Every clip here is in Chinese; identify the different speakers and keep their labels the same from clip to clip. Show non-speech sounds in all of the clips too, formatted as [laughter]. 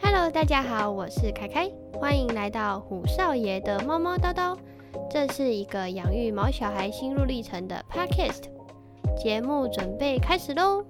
Speaker 1: Hello，大家好，我是凯凯，欢迎来到虎少爷的猫猫叨叨。这是一个养育毛小孩心路历程的 Podcast 节目，准备开始喽。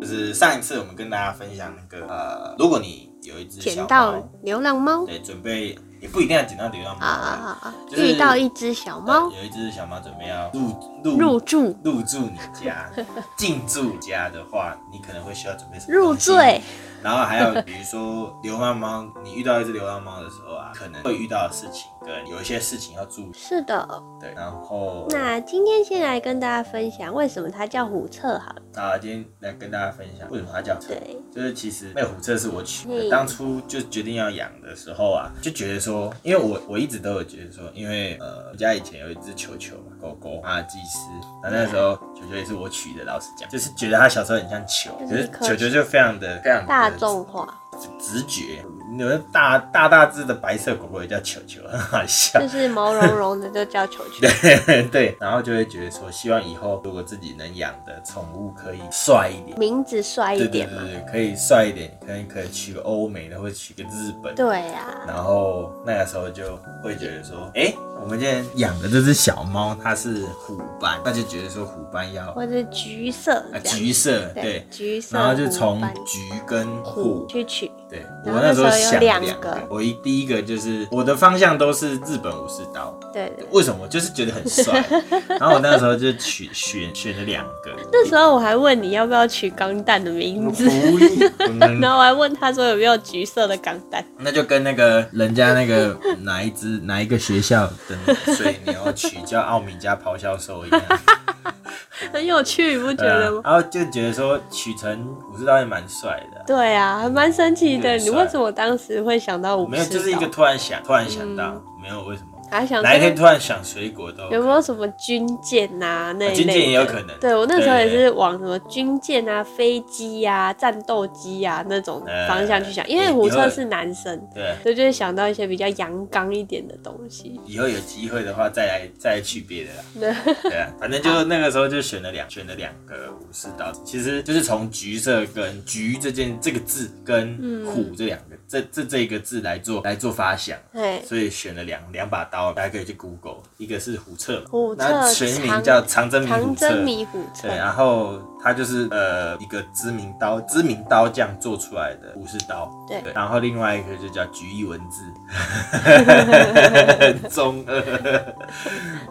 Speaker 2: 就是上一次我们跟大家分享那个呃，如果你有一只小
Speaker 1: 捡
Speaker 2: 猫
Speaker 1: 到，流浪猫
Speaker 2: 对，准备也不一定要捡到流浪猫
Speaker 1: 啊啊啊啊！
Speaker 2: 就是
Speaker 1: 遇到一只小猫
Speaker 2: 对有一只小猫准备要入入
Speaker 1: 入住
Speaker 2: 入住你家， [laughs] 进住家的话，你可能会需要准备什么
Speaker 1: 入
Speaker 2: 东西
Speaker 1: 赘，
Speaker 2: 然后还有比如说流浪猫，你遇到一只流浪猫的时候啊，可能会遇到的事情跟有一些事情要注意。
Speaker 1: 是的，
Speaker 2: 对，然后
Speaker 1: 那今天先来跟大家分享为什么它叫虎彻好了。
Speaker 2: 啊，今天来跟大家分享为什么它叫车
Speaker 1: 对，
Speaker 2: 就是其实那虎彻是我取
Speaker 1: 嘿
Speaker 2: 的，当初就决定要养的时候啊，就觉得说，因为我我一直都有觉得说，因为呃，我家以前有一只球球嘛，狗狗阿基斯，那那时候球球也是我取的，老实讲，就是觉得它小时候很像球，
Speaker 1: 就
Speaker 2: 可
Speaker 1: 是一
Speaker 2: 是
Speaker 1: 颗
Speaker 2: 球球就非常的非常的
Speaker 1: 大众化
Speaker 2: 直直觉，有的大大大只的白色狗狗也叫球球，很好笑
Speaker 1: 就。是毛茸茸的就叫 [laughs] 球球，
Speaker 2: [laughs] 对，然后就会觉得说，希望以后如果自己能养的宠物可以帅一点。
Speaker 1: 名字帅一
Speaker 2: 对
Speaker 1: 点
Speaker 2: 对
Speaker 1: 嘛。
Speaker 2: 对对，可以帅一点，可以可以娶个欧美的，或者娶个日本。
Speaker 1: 对啊，
Speaker 2: 然后那个时候就会觉得说，哎、我们今天养的这只小猫它是虎斑，那就觉得说虎斑要
Speaker 1: 或者橘色
Speaker 2: 啊
Speaker 1: 这样，
Speaker 2: 橘色，
Speaker 1: 对
Speaker 2: 对，
Speaker 1: 橘色
Speaker 2: 然后就
Speaker 1: 虎
Speaker 2: 从
Speaker 1: 斑
Speaker 2: 橘跟
Speaker 1: 虎
Speaker 2: 虎。
Speaker 1: 去取，
Speaker 2: 对，我
Speaker 1: 然后那
Speaker 2: 那
Speaker 1: 时
Speaker 2: 时
Speaker 1: 候
Speaker 2: 候
Speaker 1: 有
Speaker 2: 想了
Speaker 1: 两
Speaker 2: 两
Speaker 1: 个
Speaker 2: 个，我一第一个就是我的方向都是日本武士刀，
Speaker 1: 对对。对
Speaker 2: 为什么？我就是觉得
Speaker 1: [laughs]
Speaker 2: 很帅，然后我那时候就取选选了两个，
Speaker 1: 那时候我还问你要不要取钢蛋的名字，
Speaker 2: 狐狸
Speaker 1: 然后我还问他说有没有橘色的钢蛋，
Speaker 2: 那就跟那个人家那个 [laughs] 哪一只哪一个学校的水牛取叫奥米加咆哮兽
Speaker 1: [laughs]
Speaker 2: 一样，
Speaker 1: 很有趣，你不觉
Speaker 2: 对啊
Speaker 1: 得吗？
Speaker 2: 然后就觉得说取成武士刀也蛮帅的，
Speaker 1: 对啊，还蛮神奇的。
Speaker 2: 很
Speaker 1: 你
Speaker 2: 嗯帅
Speaker 1: 为什么当时会想到武士刀？
Speaker 2: 没有就是一个突然想突然想到，没有为什么，
Speaker 1: 还想
Speaker 2: 哪一天
Speaker 1: 说
Speaker 2: 突然想水果都
Speaker 1: 有没有什么军舰呐、那一类的
Speaker 2: 啊军舰也有可能
Speaker 1: 对我那时候也
Speaker 2: 对
Speaker 1: 是往什么军舰啊、飞机呀、战斗机呀那种方向去想，
Speaker 2: 呃
Speaker 1: 因为
Speaker 2: 你
Speaker 1: 胡彻
Speaker 2: 你会
Speaker 1: 是男生，
Speaker 2: 对。
Speaker 1: 所以就会想到一些比较阳刚一点的东西。
Speaker 2: 以后有机会的话，再来再来取别的啦。 [laughs] 对啊，反正就那个时候就选了两选了两个武士刀，其实就是从橘色跟橘这件这个字
Speaker 1: 嗯
Speaker 2: 跟虎这两个、这这这一个字来做来做发想。
Speaker 1: 对，
Speaker 2: 所以选了两两把刀，大家可以去 Google，一个是虎彻嘛，
Speaker 1: 虎彻
Speaker 2: 那全名叫长征明
Speaker 1: 长
Speaker 2: 虎
Speaker 1: 征
Speaker 2: 彻，
Speaker 1: 迷虎彻
Speaker 2: 对，，然后它就是呃一个知名刀知名刀匠做出来的武士刀，
Speaker 1: 对
Speaker 2: 然后另外一个就叫菊一文
Speaker 1: [laughs]
Speaker 2: 字，中二，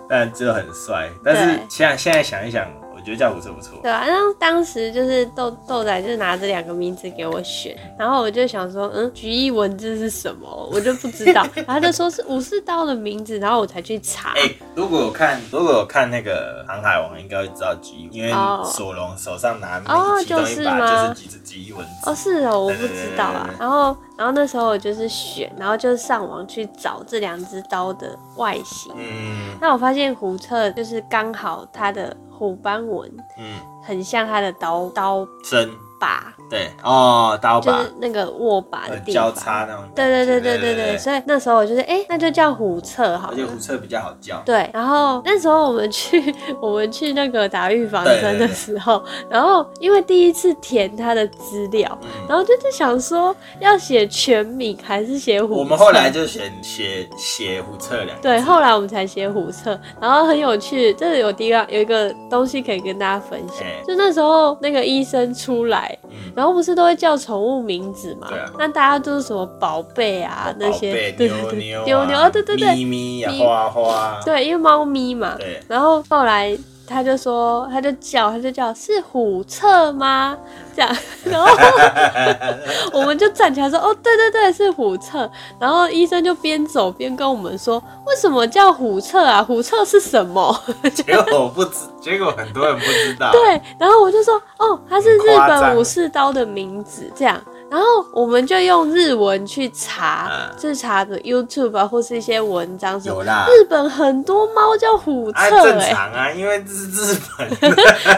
Speaker 2: 但就很帅，但是
Speaker 1: 对
Speaker 2: 现在现在想一想，我觉得叫虎彻不错，
Speaker 1: 对啊，然后当时就是豆豆仔就拿这两个名字给我选，
Speaker 2: 嗯
Speaker 1: 然后我就想说，嗯，菊一文字是什么？我就不知
Speaker 2: [laughs]
Speaker 1: 道。然后他就说是武士刀的名字，然后我才去查。
Speaker 2: 哎、如果有看，如果有看那个《航海王》，应该会知道吉，因为
Speaker 1: 哦
Speaker 2: 索隆手上拿每
Speaker 1: 哦
Speaker 2: 其中
Speaker 1: 就是
Speaker 2: 一
Speaker 1: 吗
Speaker 2: 把就是吉吉一文字。
Speaker 1: 哦，是哦，我不知道啊
Speaker 2: 对对对对。对
Speaker 1: 然后，然后那时候我就是选，然后就上网去找这两只刀的外形。
Speaker 2: 嗯
Speaker 1: 那我发现虎彻就是刚好它的虎斑纹
Speaker 2: 嗯，
Speaker 1: 很像它的刀刀
Speaker 2: 针
Speaker 1: 把，
Speaker 2: 对哦，刀
Speaker 1: 就
Speaker 2: 把
Speaker 1: 是那个握把的
Speaker 2: 很
Speaker 1: 地
Speaker 2: 交
Speaker 1: 方。
Speaker 2: 叉那种感觉。
Speaker 1: 对对对对对
Speaker 2: 对
Speaker 1: 对，，所以那时候我就是哎、诶那就叫虎彻好
Speaker 2: 而且
Speaker 1: 了
Speaker 2: 虎。彻比较好叫。
Speaker 1: 对，然后那时候我们去我们去那个打预防针的时候，然后因为第一次填他的资料，
Speaker 2: 嗯，
Speaker 1: 然后就是想说要写全名还是写虎彻。
Speaker 2: 我们后来就选写写虎彻两个字。
Speaker 1: 对，后来我们才写虎彻，然后很有趣，这有地方有一个东西可以跟大家分享
Speaker 2: 哎，
Speaker 1: 就那时候那个医生出来，
Speaker 2: 嗯
Speaker 1: 然后不是都会叫宠物名字嘛
Speaker 2: 对啊？
Speaker 1: 那大家都是什么宝贝啊那些
Speaker 2: 宝贝，
Speaker 1: 对
Speaker 2: 妞妞啊
Speaker 1: 妞妞，对对对
Speaker 2: 咪咪啊，
Speaker 1: 咪
Speaker 2: 花花，
Speaker 1: 对，因为猫咪嘛。
Speaker 2: 对，
Speaker 1: 然后后来他就说，他就叫，他就叫是虎彻吗？这
Speaker 2: [laughs]
Speaker 1: 样，然后我们就站起来说，哦，对对对，是虎彻。然后医生就边走边跟我们说，为什么叫虎彻啊？虎彻是什么？
Speaker 2: 结果我不知，结果
Speaker 1: [laughs]
Speaker 2: 很多人不知道。
Speaker 1: 对，然后我就说，哦，它是
Speaker 2: 很
Speaker 1: 日
Speaker 2: 夸张
Speaker 1: 本武士刀的名字，这样。然后我们就用日文去查，
Speaker 2: 嗯
Speaker 1: 就是查的 YouTube 啊，或是一些文章什么。
Speaker 2: 有啦，
Speaker 1: 日本很多猫叫虎
Speaker 2: 啊，
Speaker 1: 彻、
Speaker 2: 正
Speaker 1: 哎、
Speaker 2: 常啊，因为这是日本，
Speaker 1: 然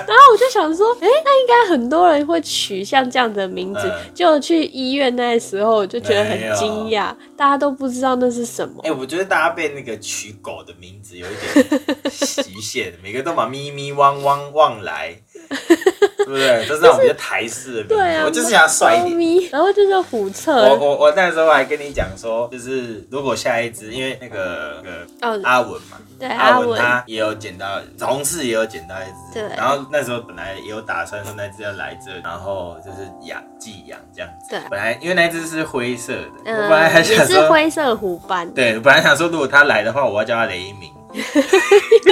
Speaker 1: 后我就想说，哎、那应该很多人会取像这样的名字。
Speaker 2: 嗯
Speaker 1: 就去医院那时候，我就觉得很
Speaker 2: 没有
Speaker 1: 惊讶，大家都不知道那是什么
Speaker 2: 哎、。我觉得大家被那个取狗的名字有一点局
Speaker 1: [laughs]
Speaker 2: 限，每个都把咪咪、汪汪、旺来，对不
Speaker 1: [laughs]
Speaker 2: 对？都是那种比较台式的名字，
Speaker 1: 对啊，
Speaker 2: 我就是想要帅一
Speaker 1: 猫
Speaker 2: 点。
Speaker 1: 咪，然后就是虎
Speaker 2: 我
Speaker 1: 彻，
Speaker 2: 我我那时候还跟你讲说，就是如果下一只，因为那个那个
Speaker 1: 哦，
Speaker 2: 阿文嘛，
Speaker 1: 对
Speaker 2: 阿
Speaker 1: 阿
Speaker 2: 文
Speaker 1: 文，
Speaker 2: 他也有捡到，同事也有捡到一只，
Speaker 1: 对
Speaker 2: 然后那时候本来也有打算说那只要来这，然后就是养寄养这样子。
Speaker 1: 对
Speaker 2: 本来因为那只是灰色的，我本来还
Speaker 1: 嗯，也
Speaker 2: 想
Speaker 1: 是
Speaker 2: 说，
Speaker 1: 灰色虎斑，
Speaker 2: 对，我本来想说如果他来的话，我要叫他雷鸣，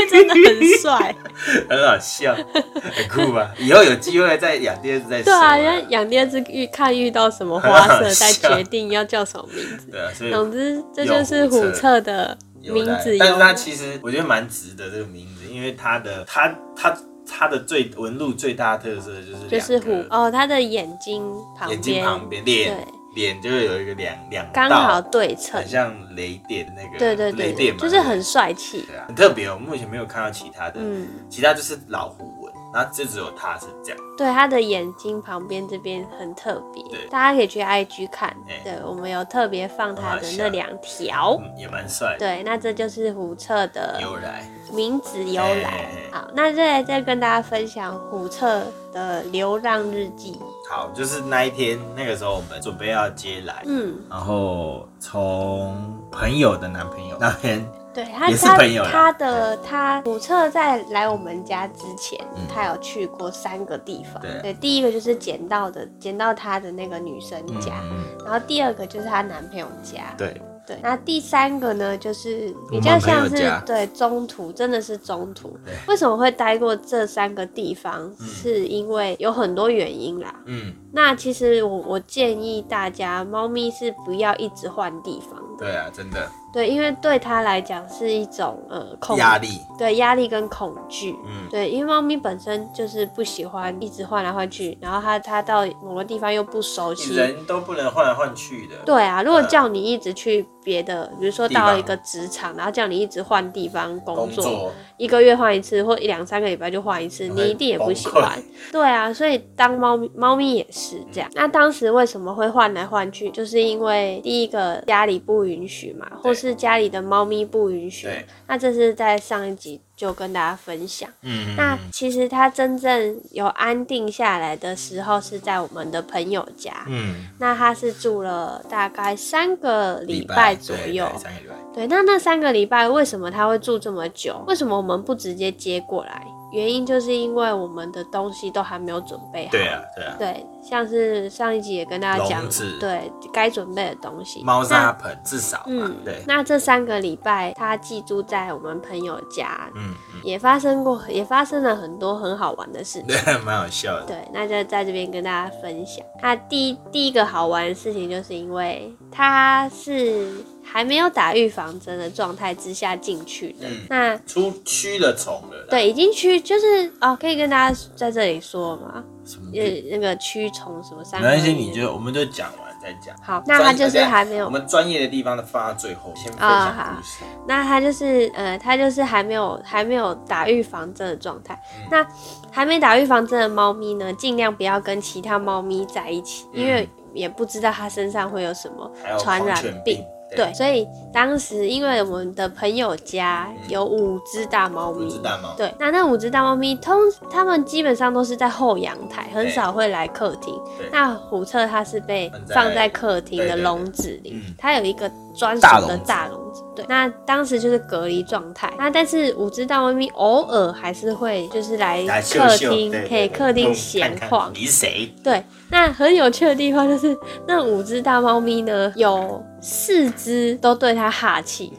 Speaker 1: 真的很帅。
Speaker 2: [laughs] 很好笑，很酷吧？以后有机会再养第二只再
Speaker 1: 对
Speaker 2: 说
Speaker 1: 啊，
Speaker 2: 啊。
Speaker 1: 要养第二只遇看遇到什么
Speaker 2: [laughs]
Speaker 1: 花色，再决定要叫什么名字。
Speaker 2: 对啊，所以
Speaker 1: 总之，这就是虎彻的
Speaker 2: 有
Speaker 1: 名
Speaker 2: 来
Speaker 1: 字
Speaker 2: 但是
Speaker 1: 由
Speaker 2: 它其实我觉得蛮值得这个名字，因为它的它它它的最纹路最大的特色就是
Speaker 1: 就是
Speaker 2: 两
Speaker 1: 虎
Speaker 2: 个
Speaker 1: 哦，它的眼睛旁
Speaker 2: 眼睛
Speaker 1: 边
Speaker 2: 旁边
Speaker 1: 对
Speaker 2: 脸脸就会有一个两两
Speaker 1: 刚
Speaker 2: 道
Speaker 1: 好对称
Speaker 2: 很，像雷电那个
Speaker 1: 对对
Speaker 2: 雷
Speaker 1: 对
Speaker 2: 电
Speaker 1: 对，
Speaker 2: 嘛，
Speaker 1: 就是很帅气。
Speaker 2: 对啊，很特别哦。我目前没有看到其他的，
Speaker 1: 嗯，
Speaker 2: 其他就是老虎纹，然后就只有它是这样。
Speaker 1: 对，它的眼睛旁边这边很特别
Speaker 2: 对，
Speaker 1: 大家可以去 IG 看
Speaker 2: 哎。
Speaker 1: 对，我们有特别放它的那两条。
Speaker 2: 嗯，也蛮帅的。
Speaker 1: 对，那这就是虎彻的
Speaker 2: 由来，
Speaker 1: 名字由来
Speaker 2: 哎。
Speaker 1: 好，那再来再跟大家分享虎彻的流浪日记。
Speaker 2: 好，就是那一天，那个时候我们准备要接来，
Speaker 1: 嗯，
Speaker 2: 然后从朋友的男朋友那边
Speaker 1: 对他
Speaker 2: 也是
Speaker 1: 他
Speaker 2: 朋友啦哎
Speaker 1: 他的他虎彻在来我们家之前，
Speaker 2: 嗯
Speaker 1: 他有去过三个地方。
Speaker 2: 对
Speaker 1: 对，第一个就是捡到的捡到他的那个女生家，
Speaker 2: 嗯
Speaker 1: 然后第二个就是她男朋友家。
Speaker 2: 对，
Speaker 1: 对，那第三个呢，就是
Speaker 2: 我
Speaker 1: 比
Speaker 2: 们
Speaker 1: 较像
Speaker 2: 朋友
Speaker 1: 是
Speaker 2: 家
Speaker 1: 对中途，真的是中途
Speaker 2: 对。
Speaker 1: 为什么会待过这三个地方？是因为有很多原因啦。
Speaker 2: 嗯，
Speaker 1: 那其实我我建议大家，猫咪是不要一直换地方的，
Speaker 2: 对啊，真的
Speaker 1: 对，因为对它来讲是一种呃恐
Speaker 2: 压力，
Speaker 1: 对压力跟恐惧。
Speaker 2: 嗯，
Speaker 1: 对，因为猫咪本身就是不喜欢一直换来换去，然后它它到某个地方又不熟悉，
Speaker 2: 人都不能换来换去的，
Speaker 1: 对啊，如果
Speaker 2: 嗯
Speaker 1: 叫你一直去别的，比如说
Speaker 2: 地方
Speaker 1: 到一个职场，然后叫你一直换地方工作，
Speaker 2: 工作
Speaker 1: 一个月换一次或一两三个礼拜就换一次，
Speaker 2: 嗯
Speaker 1: 你一定也不喜欢。对啊，所以当猫咪猫咪也是这
Speaker 2: 嗯
Speaker 1: 样。那当时为什么会换来换去，就是因为第一个家里不允许嘛，或是家里的猫咪不允许
Speaker 2: 对。
Speaker 1: 那这是在上一集就跟大家分享。
Speaker 2: 嗯，
Speaker 1: 那其实它真正有安定下来的时候，是在我们的朋友家。
Speaker 2: 嗯，
Speaker 1: 那他是住了大概三个礼拜左右，
Speaker 2: 对对三个礼拜，
Speaker 1: 对。那那三个礼拜为什么他会住这么久？为什么我们不直接接过来？原因就是因为我们的东西都还没有准备好。
Speaker 2: 对啊，对啊，
Speaker 1: 对，像是上一集也跟大家讲
Speaker 2: 笼子，
Speaker 1: 对该准备的东西。
Speaker 2: 猫砂
Speaker 1: 那
Speaker 2: 盆至少嘛
Speaker 1: 嗯，，
Speaker 2: 对，
Speaker 1: 那这三个礼拜他寄住在我们朋友家，
Speaker 2: 嗯嗯， [laughs]
Speaker 1: 也发生过，也发生了很多很好玩的事情。
Speaker 2: 对，蛮好笑的，
Speaker 1: 对，那就在这边跟大家分享。他第一第一个好玩的事情，就是因为他是还没有打预防针的状态之下进去的。
Speaker 2: 嗯
Speaker 1: 那
Speaker 2: 出驱了虫了啦，
Speaker 1: 对，已经驱就是哦，可以跟大家在这里说嘛，
Speaker 2: 什么
Speaker 1: 呃，那个驱虫什么三
Speaker 2: 嗯没
Speaker 1: 合一。
Speaker 2: 关系，你就我们就讲完再讲。
Speaker 1: 好，那他就是还没
Speaker 2: 我
Speaker 1: 有，
Speaker 2: 们专业的地方的放到最后，先分
Speaker 1: 啊
Speaker 2: 享
Speaker 1: 好
Speaker 2: 故事。
Speaker 1: 那他就是呃，他就是还没有还没有打预防针的状态。
Speaker 2: 嗯
Speaker 1: 那还没打预防针的猫咪呢，尽量不要跟其他猫咪在一起，因为
Speaker 2: 嗯
Speaker 1: 也不知道它身上会有什么
Speaker 2: 还有
Speaker 1: 传染
Speaker 2: 狂犬
Speaker 1: 病
Speaker 2: 病，
Speaker 1: 对，所以当时因为我们的朋友家
Speaker 2: 嗯
Speaker 1: 有五只大猫
Speaker 2: 不
Speaker 1: 咪
Speaker 2: 知，道吗？
Speaker 1: 对，那那五只大猫咪通，它们基本上都是在后阳台，很少会来客厅
Speaker 2: 对。
Speaker 1: 那虎彻它是被
Speaker 2: 放在
Speaker 1: 放在客厅的
Speaker 2: 对对对
Speaker 1: 笼子里
Speaker 2: 嗯，
Speaker 1: 它有一个专属
Speaker 2: 大笼
Speaker 1: 的
Speaker 2: 子
Speaker 1: 大笼子。对，那当时就是隔离状态。那但是五只大猫咪偶尔还是会就是来
Speaker 2: 来秀
Speaker 1: 客
Speaker 2: 秀
Speaker 1: 厅
Speaker 2: 对，
Speaker 1: 可以
Speaker 2: 对对
Speaker 1: 客厅
Speaker 2: 嗯
Speaker 1: 闲
Speaker 2: 看看
Speaker 1: 晃。
Speaker 2: 你是谁？
Speaker 1: 对，那很有趣的地方就是，那五只大猫咪呢，有四只都对它哈
Speaker 2: [laughs]
Speaker 1: 气，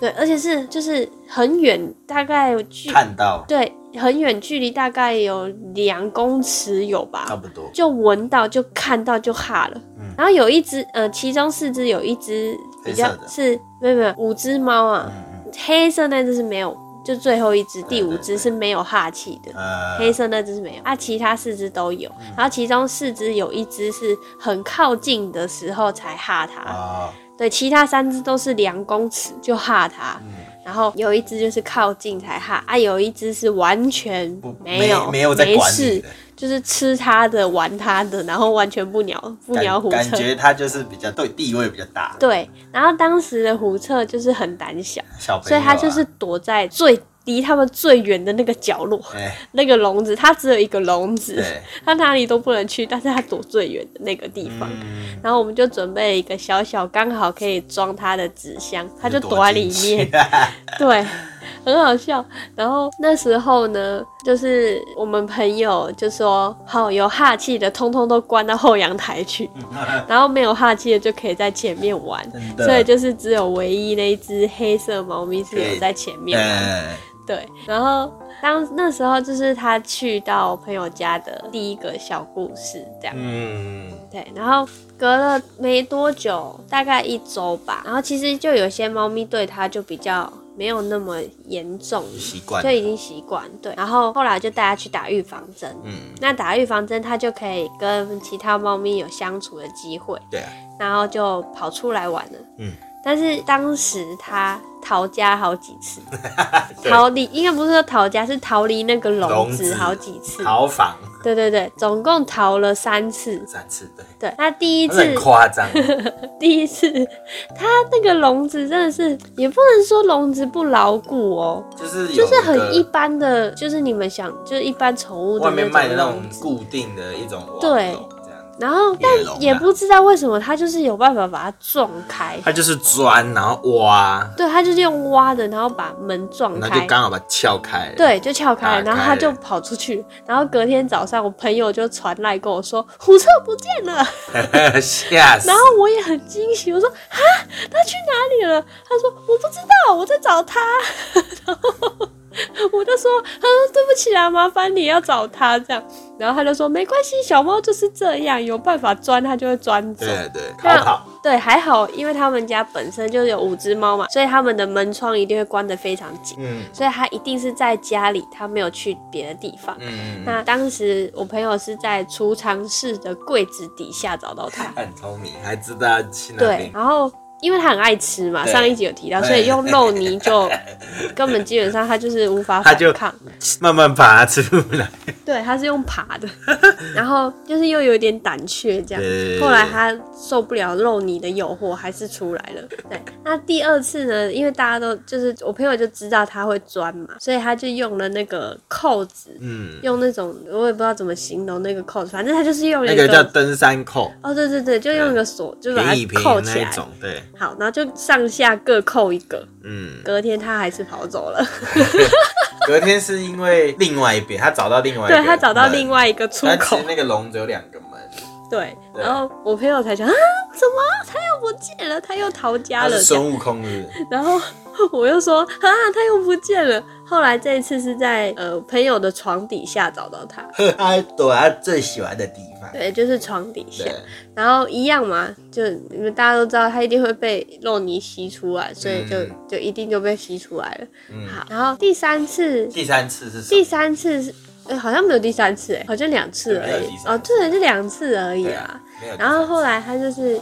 Speaker 1: 对，而且是就是很远，大概有距
Speaker 2: 看到
Speaker 1: 对很远距离，大概有两公尺有
Speaker 2: 差
Speaker 1: 吧，
Speaker 2: 不多，
Speaker 1: 就闻到就看到就哈了。
Speaker 2: 嗯
Speaker 1: 然后有一只，呃，其中四只有一只比较
Speaker 2: 黑色的
Speaker 1: 是没有没有五只猫啊，
Speaker 2: 嗯嗯，
Speaker 1: 黑色那只是没有就最后一只第五
Speaker 2: 对对
Speaker 1: 只是没有哈气的，
Speaker 2: 呃，
Speaker 1: 黑色那只是没有，啊，其他四只都有，
Speaker 2: 嗯
Speaker 1: 然后其中四只有一只是很靠近的时候才哈它，
Speaker 2: 啊，
Speaker 1: 对，其他三只都是两公尺就哈它，
Speaker 2: 嗯
Speaker 1: 然后有一只就是靠近才哈，啊，有一只是完全
Speaker 2: 不
Speaker 1: 没有
Speaker 2: 没有在管
Speaker 1: 事
Speaker 2: 你，的，
Speaker 1: 就是吃它的玩它的，然后完全不鸟不鸟
Speaker 2: 感
Speaker 1: 虎
Speaker 2: 感
Speaker 1: 彻。
Speaker 2: 觉他就是比较对地位比较大，
Speaker 1: 对，然后当时的虎彻就是很胆小，
Speaker 2: 小朋
Speaker 1: 所以
Speaker 2: 友啊，
Speaker 1: 他就是躲在最离他们最远的那个角落，
Speaker 2: 哎
Speaker 1: 那个笼子，它只有一个笼子， [laughs]
Speaker 2: 对，
Speaker 1: 它哪里都不能去，但是它躲最远的那个地方。
Speaker 2: 嗯，
Speaker 1: 然后我们就准备了一个小小刚好可以装它的纸箱，它就躲在里
Speaker 2: 进 [laughs]
Speaker 1: 面
Speaker 2: 去，，
Speaker 1: [laughs] 对，很好笑。然后那时候呢，就是我们朋友就说，好有哈气的，通通都关到后阳台去， [laughs] 然后没有哈气的就可以在前面玩。
Speaker 2: 嗯真的，
Speaker 1: 所以就是只有唯一那一只黑色猫咪是有在前面玩的
Speaker 2: 哎
Speaker 1: 对，然后当那时候就是他去到朋友家的第一个小故事这样，
Speaker 2: [laughs] 嗯，
Speaker 1: 对，然后隔了没多久，大概一周吧，然后其实就有些猫咪对它就比较没有那么严重，
Speaker 2: 习惯
Speaker 1: 就，已经习惯，对，然后后来就带它去打预防针。
Speaker 2: 嗯，
Speaker 1: 那打预防针，它就可以跟其他猫咪有相处的机会，
Speaker 2: 对啊，
Speaker 1: 然后就跑出来玩了。
Speaker 2: 嗯，
Speaker 1: 但是当时它逃家好几次，
Speaker 2: 对
Speaker 1: 逃离应该不是说逃家，是逃离那个笼
Speaker 2: 笼子
Speaker 1: 子好几次。
Speaker 2: 豪房
Speaker 1: 对对对，总共逃了三次。
Speaker 2: 三次，对，
Speaker 1: 对，那第一
Speaker 2: 他是很
Speaker 1: 次，
Speaker 2: 夸张，
Speaker 1: [laughs] 第一次，它那个笼子真的是，也不能说笼子不牢固哦，
Speaker 2: 就是
Speaker 1: 就
Speaker 2: 有
Speaker 1: 是
Speaker 2: 一个
Speaker 1: 很一般的，就是你们想，就是一般宠物的
Speaker 2: 外面卖
Speaker 1: 那
Speaker 2: 的
Speaker 1: 种
Speaker 2: 那种
Speaker 1: 笼子。
Speaker 2: 固定的一种网
Speaker 1: 对
Speaker 2: 笼这样子，
Speaker 1: 然后，
Speaker 2: 野笼啊
Speaker 1: 但也不知道为什么它就是有办法把它撞开，
Speaker 2: 它就是钻然后挖，
Speaker 1: 对，它就是用挖的，然后把门撞
Speaker 2: 然后
Speaker 1: 开
Speaker 2: 就。刚好把它撬开，，
Speaker 1: 对，就撬开了，
Speaker 2: 打
Speaker 1: 然
Speaker 2: 开
Speaker 1: 后他就
Speaker 2: 了
Speaker 1: 跑出去，然后隔天早上，我朋友就传来跟我说虎彻不见了，
Speaker 2: [laughs] 吓死
Speaker 1: 然，后我也很惊喜，我说哈，他去哪里了？他说我不知道，我在找他， [laughs] 然后我就说，他说对不起啊，麻烦你要找他这样，然后他就说没关系，小猫就是这样，有办法钻它就会钻走。
Speaker 2: 对对，逃
Speaker 1: 那
Speaker 2: 跑，
Speaker 1: 对，还好，因为他们家本身就有五只猫嘛，所以他们的门窗一定会关得非常紧，
Speaker 2: 嗯
Speaker 1: 所以它一定是在家里，它没有去别的地方。
Speaker 2: 嗯，嗯
Speaker 1: 那当时我朋友是在储藏室的柜子底下找到它，
Speaker 2: 它很聪明，还知道去 [laughs] 那
Speaker 1: 对，
Speaker 2: 边，
Speaker 1: 然后因为它很爱吃嘛，
Speaker 2: 对
Speaker 1: 上一集有提到，
Speaker 2: 对
Speaker 1: 所以用肉泥
Speaker 2: [laughs]
Speaker 1: 就根本基本上它就是无法
Speaker 2: 它就
Speaker 1: 反抗，
Speaker 2: 慢慢把它吃出来，
Speaker 1: 对，它是用爬的， [laughs] 然后就是又有点胆怯这样
Speaker 2: 对对对。
Speaker 1: 后来它受不了肉泥的诱惑，还是出来了。对，那第二次呢，因为大家都就是我朋友就知道它会钻嘛，所以他就用了那个扣子。
Speaker 2: 嗯，
Speaker 1: 用那种我也不知道怎么形容那个扣子，反正他就是用一
Speaker 2: 那个叫登山扣，
Speaker 1: 哦，对对对，就用一个锁，就把
Speaker 2: 便宜
Speaker 1: 它
Speaker 2: 便宜
Speaker 1: 扣
Speaker 2: 那
Speaker 1: 起来
Speaker 2: 一。种，对，
Speaker 1: 好，然后就上下各扣一个，
Speaker 2: 嗯，
Speaker 1: 隔天他还是跑走了。
Speaker 2: 隔天是因为另外一边，他找到
Speaker 1: [laughs]
Speaker 2: 另外一
Speaker 1: 对
Speaker 2: 边，
Speaker 1: 他找到另
Speaker 2: 外
Speaker 1: 外一个出
Speaker 2: 但其
Speaker 1: 口
Speaker 2: 实，那个笼子有两个门，
Speaker 1: 对，
Speaker 2: 对
Speaker 1: 然后我朋友才想啊，怎么他又不见了，他又逃家
Speaker 2: 它
Speaker 1: 了
Speaker 2: 是
Speaker 1: 这样
Speaker 2: 孙悟空是不是，
Speaker 1: 然后我又说啊，他又不见了。后来这一次是在呃朋友的床底下找到他，
Speaker 2: 呵它躲在它最喜欢的地方，
Speaker 1: 对，就是床底下。
Speaker 2: 对，
Speaker 1: 然后一样嘛，就你们大家都知道，它一定会被肉泥吸出来，所以就、
Speaker 2: 嗯
Speaker 1: 就一定就被吸出来了。
Speaker 2: 嗯
Speaker 1: 好，然后第三次，
Speaker 2: 第三次是什么
Speaker 1: 第三次是，哎、好像没有第三次、哎，好像两次而
Speaker 2: 没有
Speaker 1: 已
Speaker 2: 第。三
Speaker 1: 哦，对，是两次而已
Speaker 2: 对
Speaker 1: 啊。，
Speaker 2: 没有第三
Speaker 1: 然后后来他就是，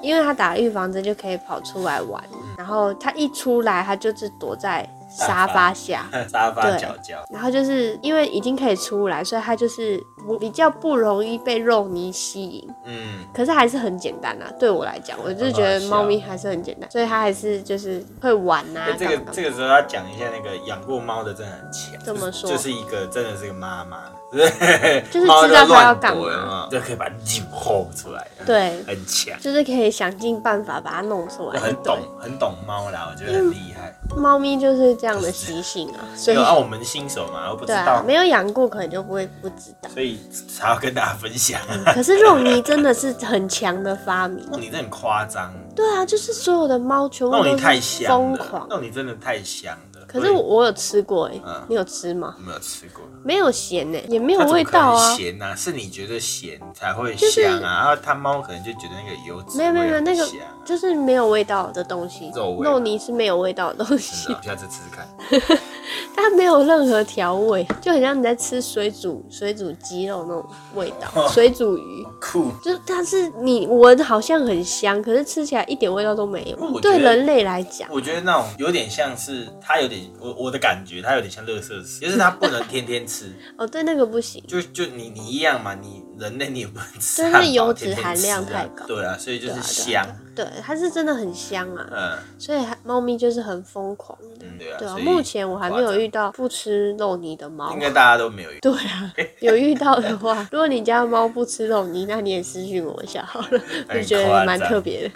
Speaker 1: 因为他打了预防针就可以跑出来玩，
Speaker 2: 嗯
Speaker 1: 然后他一出来，他就是躲在沙发下。
Speaker 2: 次 [laughs] 沙发
Speaker 1: 对
Speaker 2: 角角，
Speaker 1: 然后就是因为已经可以出来，所以他就是不比较不容易被肉泥吸引，
Speaker 2: 嗯，
Speaker 1: 可是还是很简单啊，对我来讲，我就是觉得
Speaker 2: 啊
Speaker 1: 猫咪还是很简单，所以它还是就是会玩啊
Speaker 2: 哎，这
Speaker 1: 干嘛
Speaker 2: 个这个时候要讲一下那个养过猫的真的很强，
Speaker 1: 怎么说
Speaker 2: 就是一个真的是个妈妈，
Speaker 1: 就
Speaker 2: 就是
Speaker 1: 知道它要干嘛，，
Speaker 2: 就可以把它吼出来，，
Speaker 1: 对，
Speaker 2: 很强，
Speaker 1: 就是可以想尽办法把它弄出来。
Speaker 2: 很
Speaker 1: 对嗯
Speaker 2: 懂，很懂猫啦，我觉得很厉害。
Speaker 1: 猫咪就是这样的习性
Speaker 2: [laughs]
Speaker 1: 啊，所以
Speaker 2: 有啊，我们新手嘛，我不知
Speaker 1: 对啊
Speaker 2: 道，，
Speaker 1: 没有养过可能就不会不知道。
Speaker 2: 所以才要跟大家分
Speaker 1: [laughs]
Speaker 2: 享。
Speaker 1: 可是肉泥真的是很强的发
Speaker 2: [laughs]
Speaker 1: 明，
Speaker 2: 你这很夸张，
Speaker 1: 对啊，就是所有的猫全部
Speaker 2: 弄你
Speaker 1: 都
Speaker 2: 太
Speaker 1: 是
Speaker 2: 香
Speaker 1: 疯
Speaker 2: 了
Speaker 1: 狂，。
Speaker 2: 弄你真的太香了。
Speaker 1: 可是我我有吃过哎、
Speaker 2: 嗯
Speaker 1: 你有吃吗
Speaker 2: 我？没有吃过，
Speaker 1: 没有咸哎、也没有
Speaker 2: 它怎么
Speaker 1: 味
Speaker 2: 可
Speaker 1: 道
Speaker 2: 能
Speaker 1: 啊。
Speaker 2: 咸呐、是你觉得咸才会
Speaker 1: 就是
Speaker 2: 香啊，然后它猫可能就觉得那个油脂
Speaker 1: 没有没有没有
Speaker 2: 味
Speaker 1: 那
Speaker 2: 很
Speaker 1: 个
Speaker 2: 香啊
Speaker 1: 就是没有味道的东西，
Speaker 2: 肉味啊
Speaker 1: 肉泥是没有味道的东
Speaker 2: 真啊
Speaker 1: 西
Speaker 2: 的哦。下次吃吃看。
Speaker 1: [laughs] 它没有任何调味，就很像你在吃水煮水煮鸡肉那种味
Speaker 2: 哦
Speaker 1: 道，水煮鱼，
Speaker 2: 酷。
Speaker 1: 就是它是你闻好像很香，可是吃起来一点味道都没
Speaker 2: 不
Speaker 1: 有。
Speaker 2: 我觉得
Speaker 1: 对人类来讲，
Speaker 2: 我觉得那种有点像是它有点我我的感觉，它有点像垃圾食，就是它不能天天吃， [laughs]
Speaker 1: 哦，对那个不行。
Speaker 2: 就就你你一样嘛，你人类你也不能吃
Speaker 1: 真
Speaker 2: 汉
Speaker 1: 的
Speaker 2: 堡，
Speaker 1: 油脂
Speaker 2: 天天
Speaker 1: 含量
Speaker 2: 吃啊
Speaker 1: 太高
Speaker 2: 对啊，所以就
Speaker 1: 对
Speaker 2: 是
Speaker 1: 啊
Speaker 2: 香，
Speaker 1: 对啊，对，它是真的很香啊，
Speaker 2: 嗯
Speaker 1: 所以它猫咪就是很疯狂的。
Speaker 2: 嗯对啊，
Speaker 1: 对啊，
Speaker 2: 所以
Speaker 1: 目前我还没有
Speaker 2: 夸
Speaker 1: 遇到不吃肉泥的猫
Speaker 2: 张，应。该大家都没有遇
Speaker 1: 对啊， [laughs] 有遇到的话， [laughs] 如果你家的猫不吃肉泥，那你也私讯我一下好了，
Speaker 2: [laughs] 很
Speaker 1: 我觉
Speaker 2: 夸
Speaker 1: 得
Speaker 2: 张
Speaker 1: 蛮特别的。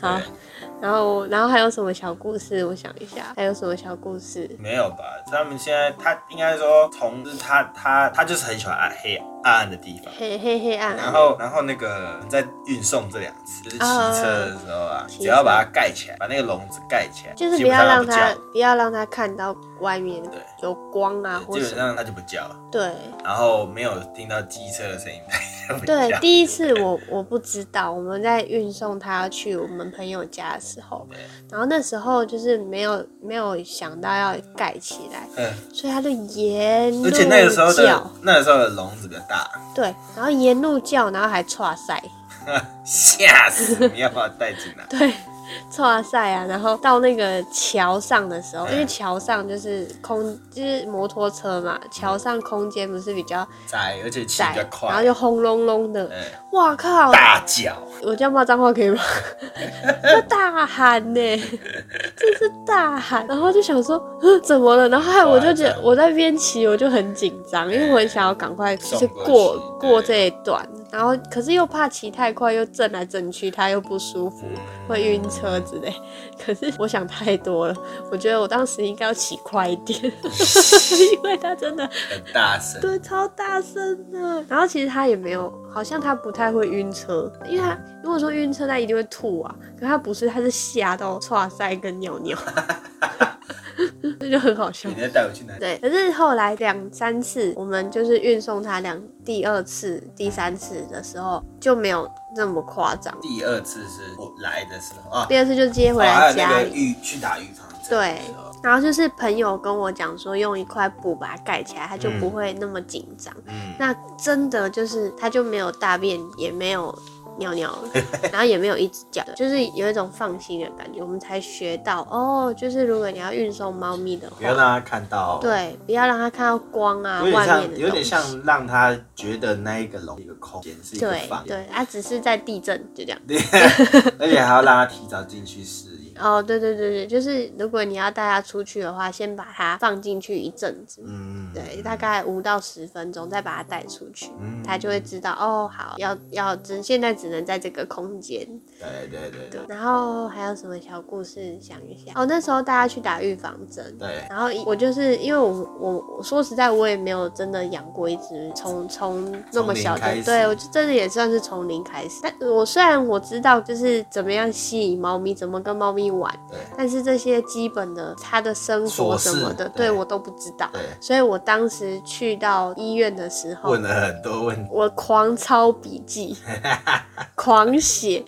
Speaker 2: 到，
Speaker 1: 好
Speaker 2: 对，
Speaker 1: 然后然后还有什么小故事？我想一下，还有什么小故事？
Speaker 2: 没有吧？他们现在他应该说从就是他他他就是很喜欢暗黑暗暗的地方。
Speaker 1: 黑黑黑暗
Speaker 2: 然
Speaker 1: 暗，
Speaker 2: 后，然后那个在运送这两次，就是骑车的时候啊，
Speaker 1: 骑车
Speaker 2: 只要把它盖起来，把那个笼子盖起来，
Speaker 1: 就是
Speaker 2: 基
Speaker 1: 不
Speaker 2: 本
Speaker 1: 要让
Speaker 2: 上它不
Speaker 1: 它
Speaker 2: 叫
Speaker 1: 不要让它看到外面
Speaker 2: 对
Speaker 1: 有光啊或
Speaker 2: 基本
Speaker 1: 什么。
Speaker 2: 上它就不叫了，
Speaker 1: 对
Speaker 2: 然后没有听到机车的声音，它就不
Speaker 1: 对
Speaker 2: 叫，。
Speaker 1: 第一次我我不知道，我们在运送它去我们朋友家的时候，
Speaker 2: 对
Speaker 1: 然后那时候就是没有没有想到要盖起来，
Speaker 2: [laughs] 嗯，
Speaker 1: 所以它就沿路
Speaker 2: 而且那个时候的
Speaker 1: 叫，
Speaker 2: 那个时候的笼子比较大，
Speaker 1: 对，然后沿路叫，然后还踹塞，，
Speaker 2: 吓死！你要把它带进来
Speaker 1: [laughs] 对，哇塞啊！然后到那个桥上的时候，
Speaker 2: 嗯
Speaker 1: 因为桥上就是空，就是摩托车嘛，桥上空间不是比较
Speaker 2: 窄，而且骑
Speaker 1: 窄
Speaker 2: 比较，
Speaker 1: 然后哦
Speaker 2: 快，
Speaker 1: 就轰隆隆的，
Speaker 2: 嗯，
Speaker 1: 哇靠！
Speaker 2: 大脚，
Speaker 1: 我这样骂脏话可以吗？ [laughs] 这大喊呢、这是大喊，然后就想说，嗯，怎么了？然后还有我就觉
Speaker 2: 啊
Speaker 1: 得我在边骑，我就很紧张，因为我很想要赶快就是
Speaker 2: 送过去
Speaker 1: 过
Speaker 2: 对
Speaker 1: 过这一段，然后可是又怕骑太快又震来震去，它又不舒
Speaker 2: 嗯
Speaker 1: 服，会晕车之类。可是我想太多了，我觉得我当时应该要骑快一
Speaker 2: [laughs]
Speaker 1: 点，因为它真的
Speaker 2: 很大声，
Speaker 1: 对，超大声的。然后其实他也没有，好像他不太会晕车，因为他如果说晕车，他一定会吐啊。可他不是，他是吓到唰塞跟尿尿， [laughs] 这就很好笑
Speaker 2: 你。再带我去哪里？
Speaker 1: 对，可是后来两三次，我们就是运送他两第二次、第三次的时候就没有这么夸张，
Speaker 2: 第二次是我来的时候啊，
Speaker 1: 第二次就接回
Speaker 2: 哦还
Speaker 1: 来
Speaker 2: 有那
Speaker 1: 家
Speaker 2: 个
Speaker 1: 里。
Speaker 2: 预去打预防针，
Speaker 1: 对，然后就是朋友跟我讲说，用一块布把它盖起来，他就不会那么紧张。
Speaker 2: 嗯，
Speaker 1: 那真的就是它就没有大便，也没有尿尿了，然后也没有一直叫，就是有一种放心的感觉。我们才学到哦，就是如果你要运送猫咪的
Speaker 2: 不要让
Speaker 1: 话，
Speaker 2: 它看到，，
Speaker 1: 对，不要让它看到光啊，
Speaker 2: 有点
Speaker 1: 外面
Speaker 2: 像，
Speaker 1: 的
Speaker 2: 有点
Speaker 1: 东西。
Speaker 2: 像让它觉得那一个笼一个空间是一个
Speaker 1: 对
Speaker 2: 房间，
Speaker 1: 对，它、只是在地震，就这样。
Speaker 2: 而且还要让它提早进去适应。
Speaker 1: 哦，对对对对，就是如果你要带它出去的话，先把它放进去一阵子，
Speaker 2: 嗯，
Speaker 1: 对，大概五到十分钟，再把它带出去，
Speaker 2: 嗯
Speaker 1: 它就会知道哦，好，要要只现在只能在这个空间，
Speaker 2: 对对对
Speaker 1: 对，然后还有什么小故事？想一下哦，那时候大家去打预防针，
Speaker 2: 对
Speaker 1: 然后我就是因为我我我说实在，我也没有真的养过一只，从从那么小
Speaker 2: 从零
Speaker 1: 的，
Speaker 2: 开始
Speaker 1: 对我就真的也算是从零开始。但我虽然我知道就是怎么样吸引猫咪，怎么跟猫咪玩，
Speaker 2: 对
Speaker 1: 但是这些基本的它的生活
Speaker 2: 琐
Speaker 1: 什
Speaker 2: 事
Speaker 1: 么的，
Speaker 2: 对
Speaker 1: 对我都不知道。
Speaker 2: 对，
Speaker 1: 所以我当时去到医院的时候，
Speaker 2: 问了很多问题，
Speaker 1: 我狂抄笔记，狂写，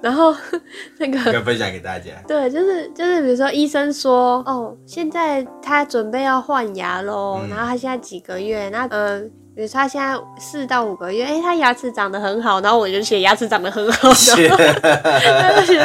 Speaker 1: 然后 [laughs] 那个
Speaker 2: 要分享给
Speaker 1: [laughs]
Speaker 2: 大家。
Speaker 1: 对，就是就是，比如说医生说，哦，现在他准备要换牙喽，
Speaker 2: 嗯
Speaker 1: 然后他现在几个月，那呃，比如说他现在四到五个月，哎、他牙齿长得很好，然后我就写牙齿长得很好，然后他就写，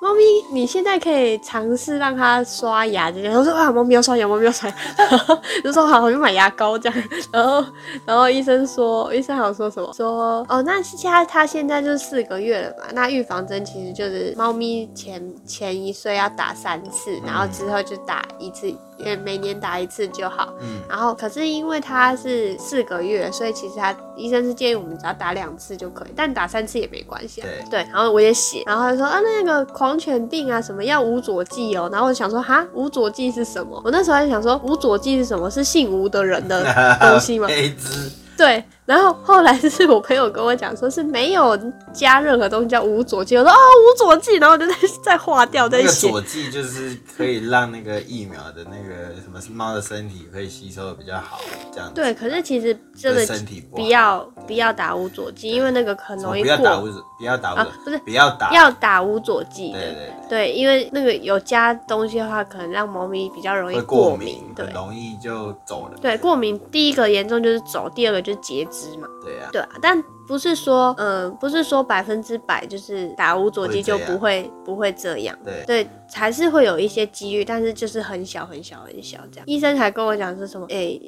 Speaker 1: 猫咪你现在可以尝试让它刷牙这样，然后说啊，猫咪要刷牙，猫咪要刷牙，然后就说好，我就买牙膏这样，然后然后医生说，医生好像说什么？说哦，那现在它现在就是四个月了嘛，那预防针其实就是猫咪前前一岁要打三次，然后之后就打一次，也每年打一次就好。
Speaker 2: [laughs] 嗯
Speaker 1: 然后可是因为它是四个月，所以其实它医生是建议我们只要打两次就可以，但打三次也没关系、啊。
Speaker 2: 对
Speaker 1: 对，然后我也写，然后他说啊那个狂犬病啊什么要无佐剂哦，然后我想说哈无佐剂是什
Speaker 2: [laughs]
Speaker 1: 么？我那时候还想说无佐剂是什么？是姓吴的人的东西吗？
Speaker 2: 黑子
Speaker 1: 对，然后后来是我朋友跟我讲说是没有加任何东西叫无佐剂，我说哦无佐剂，然后我就在再划掉再
Speaker 2: 那个
Speaker 1: 写。
Speaker 2: 佐剂就是可以让那个疫苗的那个什么猫的身体可以吸收的比较好，这样子。
Speaker 1: 对，可是其实真
Speaker 2: 对
Speaker 1: 的
Speaker 2: 身体不好
Speaker 1: 不要不要打无佐剂，因为那个很
Speaker 2: 什么
Speaker 1: 容易
Speaker 2: 不要打
Speaker 1: 过。
Speaker 2: 无子，不要打无
Speaker 1: 啊
Speaker 2: 子，
Speaker 1: 不是
Speaker 2: 不要打。
Speaker 1: 要打无佐剂
Speaker 2: 对
Speaker 1: 的，
Speaker 2: 对对。
Speaker 1: 对，因为那个有加东西的话，可能让猫咪比较容易
Speaker 2: 会过
Speaker 1: 敏。
Speaker 2: 敏，
Speaker 1: 对
Speaker 2: 很容易就走了。
Speaker 1: 对，过敏第一个严重就是走，第二个就是截肢嘛。
Speaker 2: 对啊，
Speaker 1: 对啊，但不是说，嗯、不是说百分之百就是打无佐剂就不会不会这样。
Speaker 2: 对，
Speaker 1: 对，还是会有一些几率，但是就是很小很小很小这样。医生还跟我讲说什么，哎、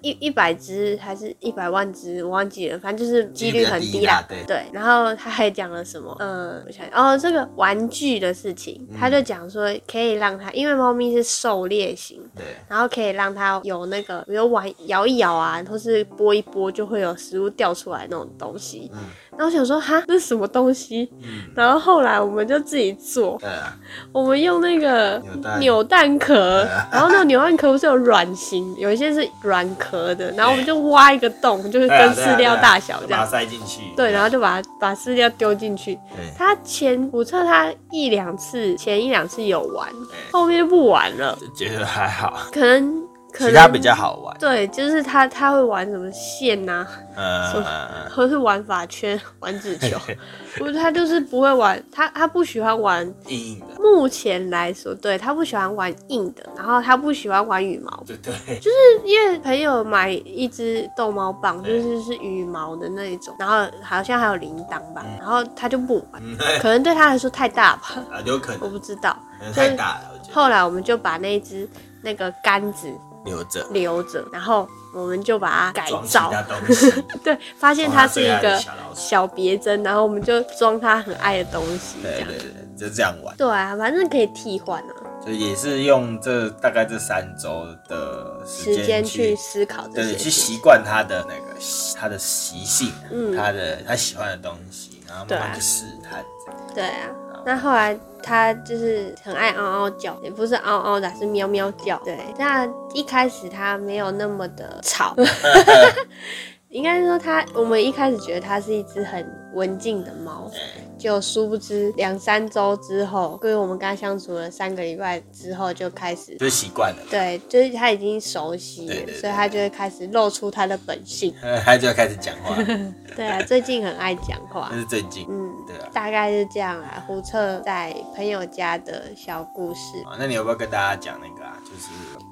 Speaker 1: 一一百只还是一百万只，我忘记了，反正就是几率很低啦。
Speaker 2: 几率比较低啦
Speaker 1: 对，然后他还讲了什么？嗯，我想哦，这个玩具的事情，他
Speaker 2: 嗯
Speaker 1: 就讲说可以让它，因为猫咪是狩猎型，
Speaker 2: 对，
Speaker 1: 然后可以让它有那个，比如玩摇一摇啊，或是拨一拨，就会有食物掉出来那种东西。
Speaker 2: 嗯
Speaker 1: 然后我想说，哈，这是什么东西？
Speaker 2: 嗯，
Speaker 1: 然后后来我们就自己做，
Speaker 2: 对啊，
Speaker 1: 我们用那个
Speaker 2: 扭蛋
Speaker 1: 扭蛋壳
Speaker 2: 啊，
Speaker 1: 然后那个扭蛋壳不是有软型，有一些是软壳的，然后我们就挖一个洞，就是
Speaker 2: 啊
Speaker 1: 跟饲料大小这
Speaker 2: 把它
Speaker 1: 样。
Speaker 2: 塞进去。
Speaker 1: 对，然后就把它把饲料丢进去。
Speaker 2: 对，
Speaker 1: 它前我测它一两次，前一两次有玩，
Speaker 2: 对
Speaker 1: 后面就不玩了，
Speaker 2: 就觉得还好，
Speaker 1: 可能可
Speaker 2: 其
Speaker 1: 能
Speaker 2: 他比较好玩。
Speaker 1: 对，就是他他会玩什么线呐、什
Speaker 2: 嗯，
Speaker 1: 或是玩法圈、玩纸球， [laughs] 不是他就是不会玩，他他不喜欢玩。
Speaker 2: 硬硬的，
Speaker 1: 目前来说，对他不喜欢玩硬的，然后他不喜欢玩羽毛，
Speaker 2: 对对，
Speaker 1: 因为朋友买一只逗猫棒，就
Speaker 2: 对
Speaker 1: 是是羽毛的那一种，然后好像还有铃铛吧，
Speaker 2: 嗯
Speaker 1: 然后他就不玩， [laughs] 可能对他来说太大吧，
Speaker 2: [laughs]
Speaker 1: [laughs]
Speaker 2: 啊，有可
Speaker 1: 我
Speaker 2: 能
Speaker 1: 不知道。
Speaker 2: 可能太大了，我觉得
Speaker 1: 后来我们就把那一只那个杆子
Speaker 2: 留着
Speaker 1: 留着，然后我们就把它改
Speaker 2: 装其
Speaker 1: 造，
Speaker 2: 他东西，
Speaker 1: 对，发现它是一个
Speaker 2: 装它最爱的小老鼠
Speaker 1: 小别针，然后我们就装它很爱的东西，这
Speaker 2: 对
Speaker 1: 样。
Speaker 2: 对对，就这样玩。
Speaker 1: 对啊，反正可以替换啊，
Speaker 2: 所以也是用这大概这三周的
Speaker 1: 时
Speaker 2: 时
Speaker 1: 间
Speaker 2: 间
Speaker 1: 去思考这
Speaker 2: 对，
Speaker 1: 些事
Speaker 2: 去
Speaker 1: 情。
Speaker 2: 习惯他的那个他的习性，啊
Speaker 1: 嗯
Speaker 2: 他的他喜欢的东西，然后慢
Speaker 1: 对啊
Speaker 2: 慢去试探这
Speaker 1: 对
Speaker 2: 样。
Speaker 1: 啊，那后来它就是很爱嗷嗷叫，也不是嗷嗷的，是喵喵叫。对，那一开始它没有那么的
Speaker 2: [laughs]
Speaker 1: 吵，应该是说它，我们一开始觉得它是一只很文静的猫，
Speaker 2: 哎
Speaker 1: 就殊不知两三周之后，跟我们跟它相处了三个礼拜之后，就开始
Speaker 2: 就习惯了， [laughs]
Speaker 1: 对，就是他已经熟悉了，
Speaker 2: 对对对
Speaker 1: 所以他就会开始露出他的本性。
Speaker 2: 他就要开始讲话，
Speaker 1: 对啊，最近很爱讲话
Speaker 2: 这，是最近，
Speaker 1: 嗯，
Speaker 2: 对啊。
Speaker 1: 大概是这样啦。胡策在朋友家的小故事，
Speaker 2: 啊那你要不要跟大家讲那个啊？就是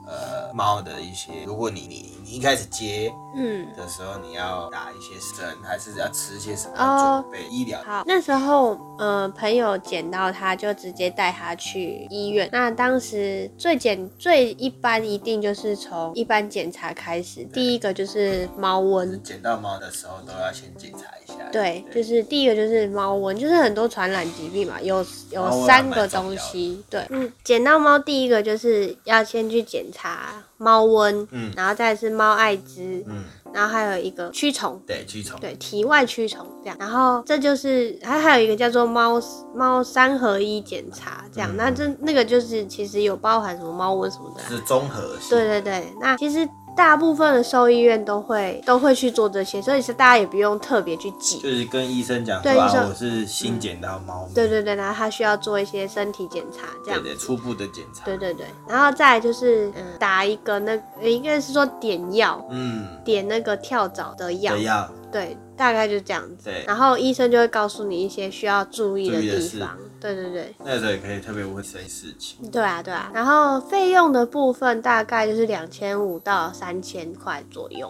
Speaker 2: 呃，猫的一些，如果你你你一开始接
Speaker 1: 嗯。
Speaker 2: 的时候，你要打一些针，还是要吃些什么
Speaker 1: 哦
Speaker 2: 准备医疗？
Speaker 1: 好，那时候，呃，朋友捡到他，就直接带他去医院。那当时最简最一般，一定就是从一般检查开始。第一个就是猫
Speaker 2: 就是
Speaker 1: 瘟，
Speaker 2: 捡到猫的时候都要先检查一下。
Speaker 1: 对，就是第一个就是猫瘟，就是很多传染疾病嘛，有
Speaker 2: 猫瘟
Speaker 1: 有
Speaker 2: 还
Speaker 1: 三个
Speaker 2: 蛮重
Speaker 1: 东
Speaker 2: 要的啊
Speaker 1: 西。对，嗯，捡到猫第一个就是要先去检查猫瘟，
Speaker 2: 嗯
Speaker 1: 然后再来是猫艾滋，
Speaker 2: 嗯，
Speaker 1: 然后还有一个蛆虫。
Speaker 2: 对，驱虫，
Speaker 1: 对，体外驱虫这样，然后这就是还还有一个叫做猫猫三合一检查这样，
Speaker 2: 嗯
Speaker 1: 那这那个就是其实有包含什么猫瘟什么的啊、
Speaker 2: 是综合性。
Speaker 1: 对对对，那其实大部分的兽医院都会都会去做这些，所以是大家也不用特别去记。
Speaker 2: 就是跟医生讲
Speaker 1: 对
Speaker 2: 说
Speaker 1: 医生
Speaker 2: 啊，我是新捡到猫咪，
Speaker 1: 对对对，然后他需要做一些身体检查，这
Speaker 2: 对
Speaker 1: 样。
Speaker 2: 对，初步的检查。
Speaker 1: 对对对，然后再来就是、嗯、打一个那呃应该是说点药，
Speaker 2: 嗯，
Speaker 1: 点那个跳蚤的药，
Speaker 2: 对，要
Speaker 1: 对，大概就这样子。
Speaker 2: 对
Speaker 1: 然后医生就会告诉你一些需要注意的
Speaker 2: 注意的
Speaker 1: 地
Speaker 2: 事
Speaker 1: 方。对对对，
Speaker 2: 那时候也可以特别问一些事情，
Speaker 1: 对啊对啊。然后费用的部分大概就是两千五到三千块左右。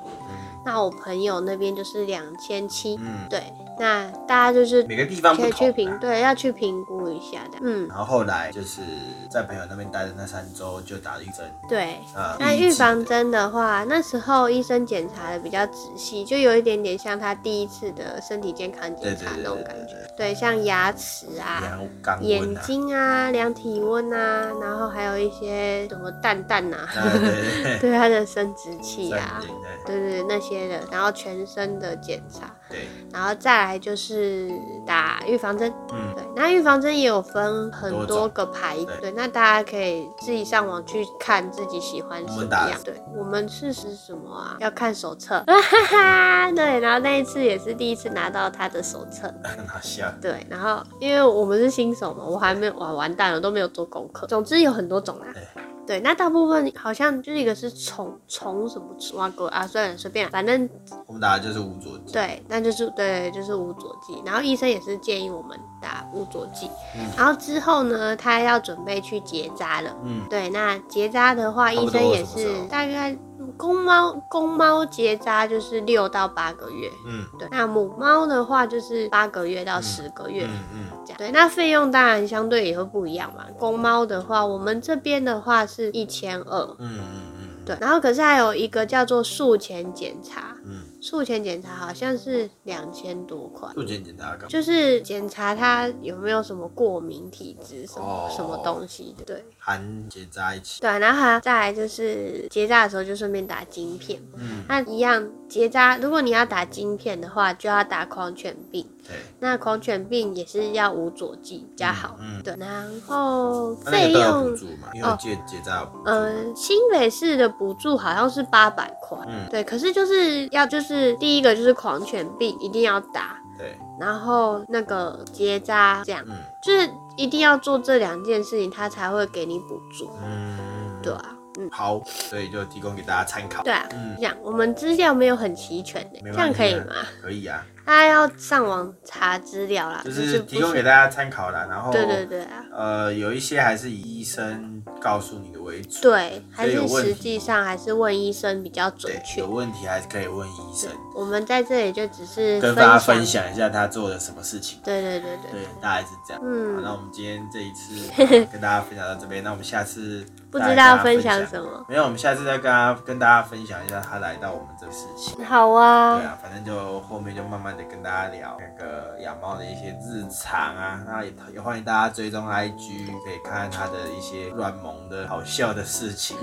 Speaker 1: 那我朋友那边就是两千七，
Speaker 2: 嗯，
Speaker 1: 对，那大家就是
Speaker 2: 每个地方
Speaker 1: 可
Speaker 2: 不
Speaker 1: 以去
Speaker 2: 同
Speaker 1: 评，
Speaker 2: 啊。
Speaker 1: 对，要去评估一下的。嗯，
Speaker 2: 然后后来就是在朋友那边待的那三周，就打了一针
Speaker 1: 对。
Speaker 2: 啊。
Speaker 1: 那
Speaker 2: 第一
Speaker 1: 预
Speaker 2: 剂
Speaker 1: 防
Speaker 2: 的
Speaker 1: 针的话，那时候医生检查的比较仔细，就有一点点像他第一次的身体健康检
Speaker 2: 对
Speaker 1: 查
Speaker 2: 对对
Speaker 1: 那种
Speaker 2: 对
Speaker 1: 感
Speaker 2: 对
Speaker 1: 觉。
Speaker 2: 对，
Speaker 1: 对，像牙齿啊、
Speaker 2: 量肛温
Speaker 1: 眼
Speaker 2: 啊，
Speaker 1: 睛啊、量体温啊，然后还有一些什么蛋蛋啊，，
Speaker 2: [laughs] 啊 [laughs] 对对对
Speaker 1: [laughs]
Speaker 2: 哎
Speaker 1: 对他的生殖器
Speaker 2: 三 [laughs]
Speaker 1: 啊，
Speaker 2: 点对
Speaker 1: 对对对那些的，然后全身的检查，
Speaker 2: 对 [laughs]
Speaker 1: 然后再来来就是打预防针。
Speaker 2: 嗯，
Speaker 1: 对，那预防针也有分很
Speaker 2: 多
Speaker 1: 多
Speaker 2: 种
Speaker 1: 个牌，
Speaker 2: 对
Speaker 1: 对，那大家可以自己上网去看自己喜欢什
Speaker 2: 我们
Speaker 1: 么
Speaker 2: 打
Speaker 1: 样。对，我们是是什么啊？要看手册， [laughs] 哈哈哈。对，然后那一次也是第一次拿到他的手册，
Speaker 2: 很好笑。
Speaker 1: 对，然后因为我们是新手嘛，我还没有哇完蛋了，都没有做功课。总之有很多种啦。
Speaker 2: 对
Speaker 1: 对，那大部分好像就是一个是虫虫什么蛙哥啊，算了随便啦，反正
Speaker 2: 我们打的就是无佐剂，
Speaker 1: 对，那就是对，就是无佐剂。然后医生也是建议我们打无佐剂。然后之后呢，他要准备去结扎了。
Speaker 2: 嗯，
Speaker 1: 对，那结扎的话，
Speaker 2: 差
Speaker 1: 医
Speaker 2: 不多
Speaker 1: 生也
Speaker 2: 什么时
Speaker 1: 是
Speaker 2: 候
Speaker 1: 大概公猫公猫结扎就是六到八个月。
Speaker 2: 嗯
Speaker 1: 对，那母猫的话就是八个月到十个月。
Speaker 2: 嗯嗯，
Speaker 1: 这样对，那费用当然相对也会不一样嘛。公猫的话，我们这边的话是一千二，
Speaker 2: 嗯嗯
Speaker 1: 对。然后可是还有一个叫做术前检查，
Speaker 2: 嗯嗯，
Speaker 1: 术前检查好像是两千多块，
Speaker 2: 做检检查干嘛？
Speaker 1: 就是检查它有没有什么过敏体质什么、
Speaker 2: 哦
Speaker 1: 什么东西的。对
Speaker 2: 含结扎一起，
Speaker 1: 对啊，然后还有再来就是结扎的时候就顺便打晶片。
Speaker 2: 嗯，
Speaker 1: 那一样结扎，如果你要打晶片的话，就要打狂犬病。
Speaker 2: 对，
Speaker 1: 那狂犬病也是要无佐剂比较好，
Speaker 2: 嗯嗯
Speaker 1: 对。然后
Speaker 2: 那那
Speaker 1: 费
Speaker 2: 个都有
Speaker 1: 用哦
Speaker 2: 补，助嘛？因为我记得结扎有补助，
Speaker 1: 呃，新北市的补助好像是八百块，
Speaker 2: 嗯
Speaker 1: 对。可是就是要就是第一个就是狂犬病一定要打，
Speaker 2: 对，
Speaker 1: 然后那个结扎这样，
Speaker 2: 嗯
Speaker 1: 就是一定要做这两件事情，他才会给你补助，
Speaker 2: 嗯，
Speaker 1: 对，啊，嗯，
Speaker 2: 好，所以就提供给大家参考，
Speaker 1: 对啊。
Speaker 2: 嗯，
Speaker 1: 这样我们资料没有很齐全的、
Speaker 2: 没
Speaker 1: 这
Speaker 2: 关
Speaker 1: 样
Speaker 2: 系
Speaker 1: 可以
Speaker 2: 啊
Speaker 1: 吗？
Speaker 2: 可以啊，
Speaker 1: 大家要上网查资料啦，
Speaker 2: 就是
Speaker 1: 不
Speaker 2: 提供给
Speaker 1: 是
Speaker 2: 大家参考啦，然后
Speaker 1: 对对对啊，
Speaker 2: 呃，有一些还是以医生告诉你的为主，
Speaker 1: 对，还
Speaker 2: 有
Speaker 1: 是
Speaker 2: 问
Speaker 1: 实
Speaker 2: 题
Speaker 1: 际上还是问医生比较准
Speaker 2: 对，
Speaker 1: 确
Speaker 2: 有。问题还是可以问医生，
Speaker 1: 我们在这里就只是
Speaker 2: 跟大家分享一下他做了什么事情。
Speaker 1: 对对对对，
Speaker 2: 对，大概是这样。好，
Speaker 1: 嗯，
Speaker 2: 那我们今天这一次呃跟大家分享到这边，那我们下次
Speaker 1: 不
Speaker 2: 再
Speaker 1: 知
Speaker 2: 跟大
Speaker 1: 道
Speaker 2: 家
Speaker 1: 分
Speaker 2: 分
Speaker 1: 享什么。
Speaker 2: 没有，我们下次再跟他跟大家分享一下他来到我们这个事情。
Speaker 1: 好
Speaker 2: 对
Speaker 1: 啊，
Speaker 2: 啊，反正就后面就慢慢的跟大家聊那个养猫的一些日常啊，那也也欢迎大家追踪 IG，可以看看他的一些乱萌的好笑的事
Speaker 1: [laughs]
Speaker 2: 情。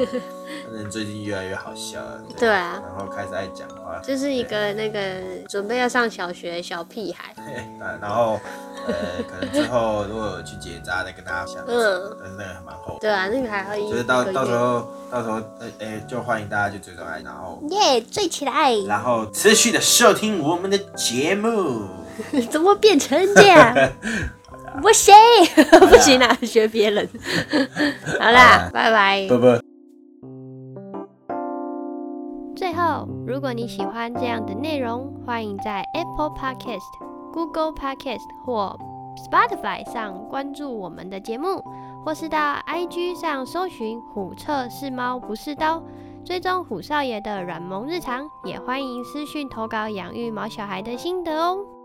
Speaker 2: 反正最近越来越好笑了，
Speaker 1: 对啊
Speaker 2: 然后开始爱讲话， [laughs]
Speaker 1: 这是一个那个准备要上小学的小屁孩，
Speaker 2: 呃，然后呃，可能之后如果有去结扎再跟大家讲，
Speaker 1: 嗯
Speaker 2: 但是那个还蛮厚的，
Speaker 1: 对啊，那个还要一
Speaker 2: 就是到
Speaker 1: 一个月
Speaker 2: 到时候到时候呃哎、就欢迎大家去追踪 I，然后
Speaker 1: 耶，最起来，
Speaker 2: 然后持续的收听我们的节目，
Speaker 1: [laughs] 怎么变成这
Speaker 2: [laughs]
Speaker 1: 样？不 [laughs] 行，
Speaker 2: 哎
Speaker 1: 不行啊，学别人。 [laughs] 好啦
Speaker 2: 好啦，
Speaker 1: 拜拜。
Speaker 2: 拜拜。
Speaker 1: 最后，如果你喜欢这样的内容，欢迎在 Apple Podcast、Google Podcast 或 Spotify 上关注我们的节目，或是到 IG 上搜寻“虎彻是猫不是刀”，追踪虎少爷的软萌日常。也欢迎私讯投稿养育毛小孩的心得哦。